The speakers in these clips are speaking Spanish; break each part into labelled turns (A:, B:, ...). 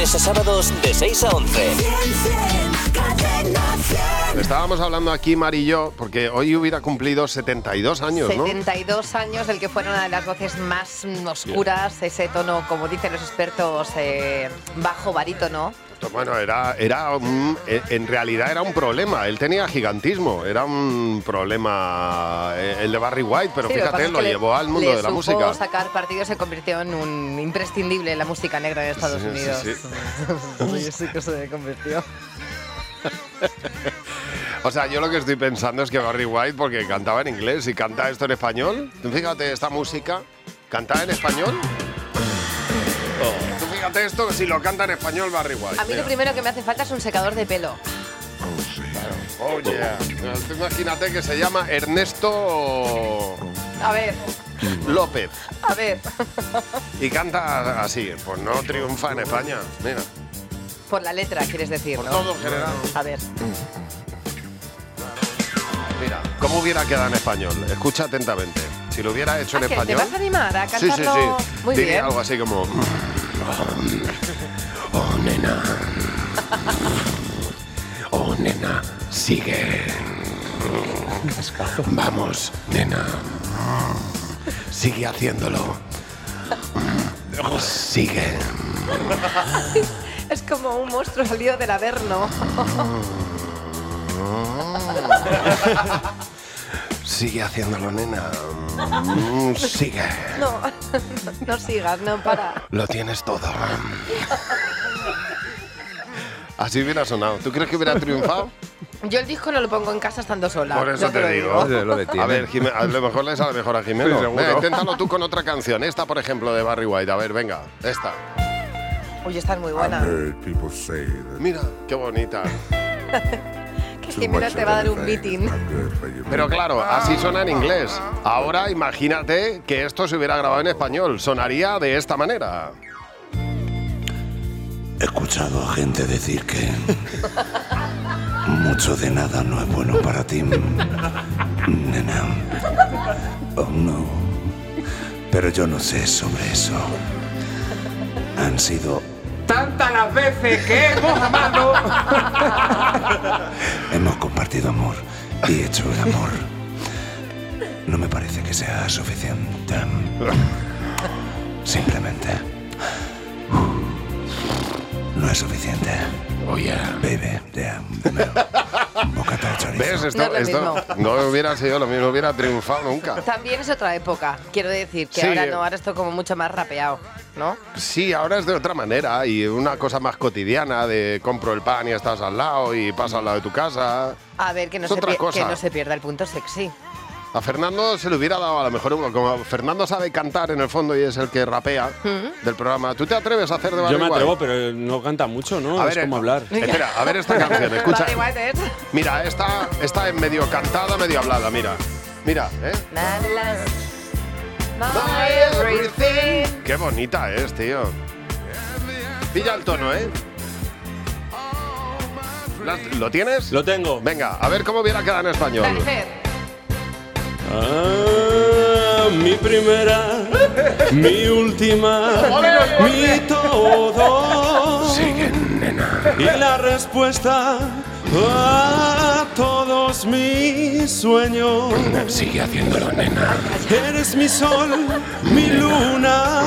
A: a sábados de 6 a 11.
B: Estábamos hablando aquí, Mari y yo, porque hoy hubiera cumplido 72 años, ¿no?
C: 72 años, del que fuera una de las voces más mm, oscuras, ese tono, como dicen los expertos, eh, bajo barítono.
B: Bueno, era, era un- e- en realidad era un problema. Él tenía gigantismo, era un problema eh, el de Barry White, pero
C: Sí, que pasa
B: fíjate,
C: es
B: lo
C: que le-
B: llevó al mundo
C: le
B: de la
C: supo
B: música.
C: sacar partido se convirtió en un imprescindible en la música negra de Estados
B: Sí, sí,
C: Unidos.
B: sí.
C: Yo sí que se convirtió.
B: O sea, yo lo que estoy pensando es que Barry White, porque cantaba en inglés y canta esto en español, tú fíjate esta música, cantaba en español. Tú fíjate esto, si lo canta en español Barry White.
C: A mí lo
B: mira.
C: primero que me hace falta es un secador de pelo.
B: Oh, yeah. Tú Imagínate que se llama Ernesto
C: A ver,
B: López.
C: a ver.
B: Y canta así, pues no triunfa en España. Mira,
C: Por la letra, quieres decir,
B: por
C: ¿no?
B: todo en general.
C: A ver.
B: Mira, ¿cómo hubiera quedado en español? Escucha atentamente. Si lo hubiera hecho en
C: Ángel, ¿te
B: español.
C: vas a animar a
B: sí, sí,
C: cantarlo?
B: sí.
C: Muy
B: Diría
C: bien.
B: algo así como.
D: Oh, nena. Oh, nena, sigue. Vamos, nena. Sigue haciéndolo. Sigue.
C: Es como un monstruo salido del averno.
D: Sigue haciéndolo, nena. Sigue.
C: No, no sigas, no, para.
D: Lo tienes todo.
B: Así hubiera sonado. ¿Tú crees que hubiera triunfado?
C: Yo el disco no lo pongo en casa estando sola.
B: Por eso
C: ya
B: te
C: lo
B: digo.
E: Oye, lo detiene.
B: a ver, Jime- a lo mejor le sale mejor a Jimeno.
E: Sí, seguro.
B: Venga, inténtalo tú con otra canción. Esta, por ejemplo, de Barry White. A ver, venga, esta.
C: Oye, estás muy
F: I've
C: buena.
F: heard people say that
B: Mira, qué bonita.
C: Que
F: too
C: Jimena
F: much
C: te
F: of
C: va a dar un
F: anything is
C: meeting.
F: not good for you.
B: Pero claro, así suena en inglés. Ahora imagínate que esto se hubiera grabado en español. Sonaría de esta manera.
D: He escuchado a gente decir que mucho de nada no es bueno para ti, nena. Oh no. Pero yo no sé sobre eso. Han sido
E: Tantas las veces que hemos amado.
D: Hemos compartido amor y hecho el amor. No me parece que sea suficiente. Simplemente. No es suficiente.
E: Oh,
D: Oye. Baby, yeah. dame un bocata de chorizo.
B: ¿Ves? Esto,
C: No es lo
B: esto
C: mismo.
B: no hubiera sido lo mismo, no hubiera triunfado nunca.
C: También es otra época, quiero decir, que
B: Sí.
C: ahora no, ahora esto como mucho más rapeado, ¿no?
B: Sí, ahora es de otra manera y una cosa más cotidiana de compro el pan y estás al lado y pasa al lado de tu casa.
C: A ver, que no,
B: Es
C: se,
B: otra
C: pier-
B: cosa.
C: que no se pierda el punto sexy.
B: A Fernando se le hubiera dado a lo mejor uno. Como Fernando sabe cantar en el fondo y es el que rapea del programa. ¿Tú te atreves a hacer de
G: Yo
B: Barry
G: me atrevo,
B: White?
G: pero no canta mucho, ¿no?
B: A
G: es
B: ver,
G: como
B: eh,
G: hablar.
B: Espera, a ver esta canción, escucha.
C: Barry White es-
B: Mira, esta, esta es medio cantada, medio hablada, mira. Mira, ¿eh?
C: Na, na, na.
B: My
C: My
B: everything. Qué bonita es, tío. Pilla el tono, ¿eh? ¿Las- ¿Lo tienes?
G: Lo tengo.
B: Venga, a ver cómo hubiera quedado en español.
C: Dale, Fer.
G: Ah, mi primera, mi última, mi todo.
D: Sigue, nena.
G: Y la respuesta a todos mis sueños.
D: Sigue haciéndolo, nena.
G: Eres mi sol, mi luna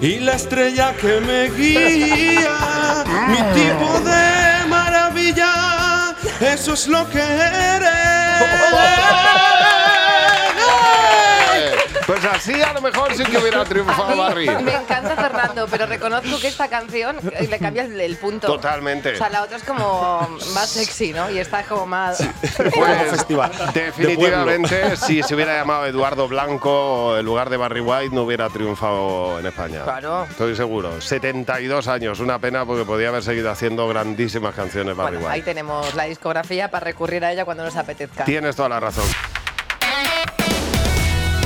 G: y la estrella que me guía. Mi tipo de maravilla, eso es lo que
B: oh.
G: eres.
B: Eh, Pues así a lo mejor sí que hubiera triunfado
C: A mí
B: Barry.
C: Me encanta Fernando, pero reconozco que esta canción eh, le cambias el, el punto.
B: Totalmente.
C: O sea, la otra es como más sexy, ¿no? Y esta es como más.
B: Pues,
G: festival de
B: definitivamente, si se hubiera llamado Eduardo Blanco en lugar de Barry White, no hubiera triunfado en España.
C: Claro.
B: Estoy seguro. 72 años, una pena porque podía haber seguido haciendo grandísimas canciones Barry
C: Bueno, ahí
B: White.
C: tenemos la discografía para recurrir a ella cuando nos apetezca.
B: Tienes toda la razón.